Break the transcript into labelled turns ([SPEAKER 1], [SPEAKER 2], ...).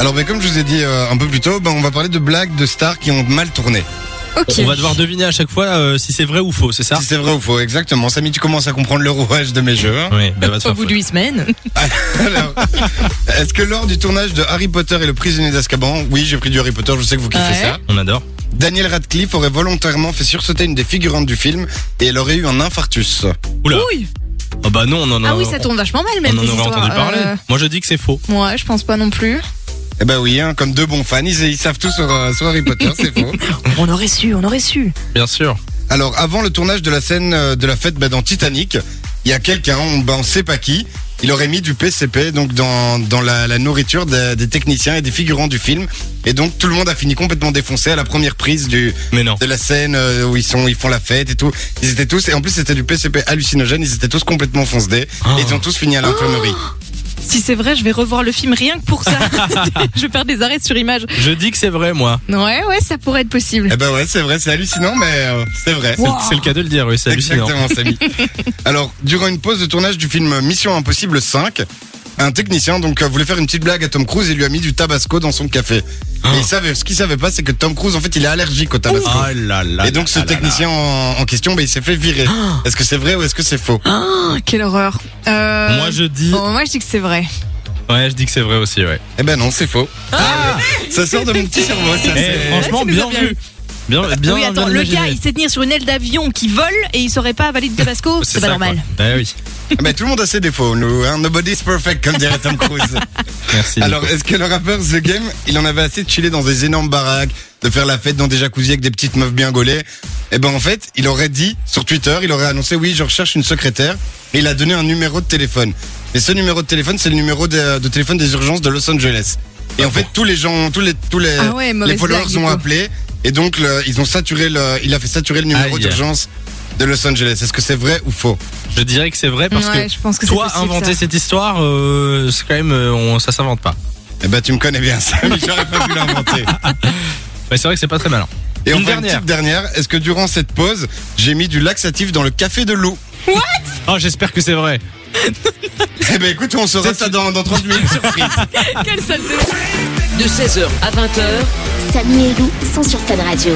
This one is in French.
[SPEAKER 1] Alors, ben, comme je vous ai dit euh, un peu plus tôt, ben, on va parler de blagues de stars qui ont mal tourné.
[SPEAKER 2] Ok.
[SPEAKER 3] On va devoir deviner à chaque fois euh, si c'est vrai ou faux, c'est ça
[SPEAKER 1] Si c'est vrai ou faux, exactement. Samy, tu commences à comprendre le rouage de mes jeux. hein.
[SPEAKER 3] Oui, bah, va te
[SPEAKER 2] Au
[SPEAKER 3] faire
[SPEAKER 2] bout
[SPEAKER 3] foutre.
[SPEAKER 2] de huit semaines.
[SPEAKER 1] Alors, est-ce que lors du tournage de Harry Potter et le prisonnier d'Azkaban, oui, j'ai pris du Harry Potter, je sais que vous kiffez
[SPEAKER 2] Ouais.
[SPEAKER 1] ça,
[SPEAKER 3] On adore.
[SPEAKER 1] Daniel Radcliffe aurait volontairement fait sursauter une des figurantes du film et elle aurait eu un infarctus.
[SPEAKER 3] Oula.
[SPEAKER 2] Ouille.
[SPEAKER 3] Ah bah non, non, non.
[SPEAKER 2] Ah oui, ça tourne vachement mal même.
[SPEAKER 3] On en
[SPEAKER 2] ces
[SPEAKER 3] aurait
[SPEAKER 2] histoires.
[SPEAKER 3] entendu parler.
[SPEAKER 2] Euh,
[SPEAKER 3] Moi, je dis que c'est faux.
[SPEAKER 2] Moi, je pense pas non plus.
[SPEAKER 1] Eh ben oui, hein, comme deux bons fans, ils, ils savent tout sur, euh, sur Harry Potter, c'est faux.
[SPEAKER 2] On aurait su, on aurait su.
[SPEAKER 3] Bien sûr.
[SPEAKER 1] Alors, avant le tournage de la scène euh, de la fête bah, dans Titanic, il y a quelqu'un, on ne sait pas qui, il aurait mis du PCP donc dans, dans la, la nourriture des, des techniciens et des figurants du film. Et donc, tout le monde a fini complètement défoncé à la première prise du,
[SPEAKER 3] Mais non.
[SPEAKER 1] de la scène euh, où ils, sont, ils font la fête et tout. Ils étaient tous, et en plus, c'était du PCP hallucinogène, ils étaient tous complètement foncedés.
[SPEAKER 3] Oh.
[SPEAKER 1] Et ils ont tous fini à l'infirmerie.
[SPEAKER 2] Si c'est vrai, je vais revoir le film rien que pour ça. je vais faire des arrêts sur image.
[SPEAKER 3] Je dis que c'est vrai, moi.
[SPEAKER 2] Ouais, ouais, ça pourrait être possible.
[SPEAKER 1] Eh ben ouais, c'est vrai, c'est hallucinant, mais euh, c'est vrai.
[SPEAKER 3] C'est-
[SPEAKER 2] Wow.
[SPEAKER 3] C'est le cas de le dire, oui, c'est hallucinant.
[SPEAKER 1] Exactement, Samy. Alors, durant une pause de tournage du film Mission Impossible 5, un technicien donc euh, voulait faire une petite blague à Tom Cruise et lui a mis du tabasco dans son café.
[SPEAKER 3] Ah.
[SPEAKER 1] Et il savait, ce qu'il savait pas, c'est que Tom Cruise, en fait, il est allergique au tabasco.
[SPEAKER 3] Ah là là.
[SPEAKER 1] et donc, ce
[SPEAKER 3] là là là. Ah.
[SPEAKER 1] technicien En, en question, ben, il s'est fait virer. Est-ce que c'est vrai ou est-ce que c'est faux
[SPEAKER 2] Ah, quelle horreur. Euh,
[SPEAKER 3] Moi, je dis.
[SPEAKER 2] bon, moi, je dis que c'est vrai. Oh.
[SPEAKER 3] Ouais, je dis que c'est vrai aussi, ouais.
[SPEAKER 1] Eh ben non, c'est faux.
[SPEAKER 3] Ah
[SPEAKER 1] Ça sort de mon petit cerveau. ça,
[SPEAKER 3] Eh,
[SPEAKER 1] c'est-
[SPEAKER 3] franchement,
[SPEAKER 2] tu nous as
[SPEAKER 3] bien
[SPEAKER 2] bien
[SPEAKER 3] vu. Bien, bien,
[SPEAKER 2] oui, attends,
[SPEAKER 3] bien
[SPEAKER 2] le
[SPEAKER 3] imaginé.
[SPEAKER 2] gars, il sait tenir sur une aile d'avion qui vole et il saurait pas avaler de Tabasco. C'est
[SPEAKER 3] ça,
[SPEAKER 2] pas normal.
[SPEAKER 3] quoi. Bah oui.
[SPEAKER 1] Eh ben, tout le monde a ses défauts. Nous, hein, nobody's perfect, comme dirait Tom Cruise.
[SPEAKER 3] Merci.
[SPEAKER 1] Alors, est-ce que le rappeur The Game, il en avait assez de chiller dans des énormes baraques, de faire la fête dans des jacuzzis avec des petites meufs bien gaulées Eh ben, en fait, il aurait dit sur Twitter, il aurait annoncé oui, je recherche une secrétaire, et il a donné un numéro de téléphone. Et ce numéro de téléphone, c'est le numéro de, de téléphone des urgences de Los Angeles. Et en fait, tous les gens, tous les tous les,
[SPEAKER 2] Ah ouais, mauvaise
[SPEAKER 1] les followers
[SPEAKER 2] blague, du
[SPEAKER 1] ont
[SPEAKER 2] coup.
[SPEAKER 1] appelé, et donc le- ils ont saturé le, il a fait saturer le numéro
[SPEAKER 3] Aïe.
[SPEAKER 1] d'urgence de Los Angeles. Est-ce que c'est vrai ou faux
[SPEAKER 3] Je dirais que c'est vrai parce
[SPEAKER 2] ouais,
[SPEAKER 3] que.
[SPEAKER 2] je pense que c'est
[SPEAKER 3] Toi,
[SPEAKER 2] possible,
[SPEAKER 3] inventer
[SPEAKER 2] ça.
[SPEAKER 3] cette histoire, euh, c'est quand même, euh, on, ça s'invente pas.
[SPEAKER 1] Eh ben, tu me connais bien, ça. J'aurais pas pu l'inventer.
[SPEAKER 3] Mais c'est vrai que c'est pas très malin.
[SPEAKER 1] Et
[SPEAKER 3] Une
[SPEAKER 1] enfin,
[SPEAKER 3] dernière.
[SPEAKER 1] une petite dernière. Est-ce que durant cette pause, j'ai mis du laxatif dans le café de loup
[SPEAKER 3] Oh, j'espère que c'est vrai.
[SPEAKER 1] Eh ben écoute, on saura ça dans, dans 30 minutes. Surprise.
[SPEAKER 2] Quelle saleté.
[SPEAKER 4] De 16h à 20h,
[SPEAKER 5] Samy et Lou sont sur Fun Radio.